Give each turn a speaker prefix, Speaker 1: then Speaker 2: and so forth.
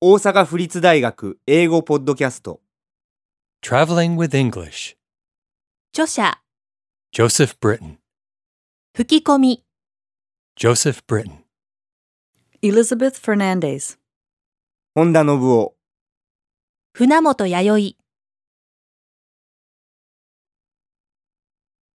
Speaker 1: 大阪府立大学英語ポッドキャスト
Speaker 2: Traveling with English,
Speaker 3: 著者、
Speaker 2: Joseph Britton.
Speaker 3: 吹き込み、
Speaker 2: Joseph Britton.
Speaker 4: Elizabeth Fernandez.
Speaker 1: 本田信夫
Speaker 3: 船本弥生。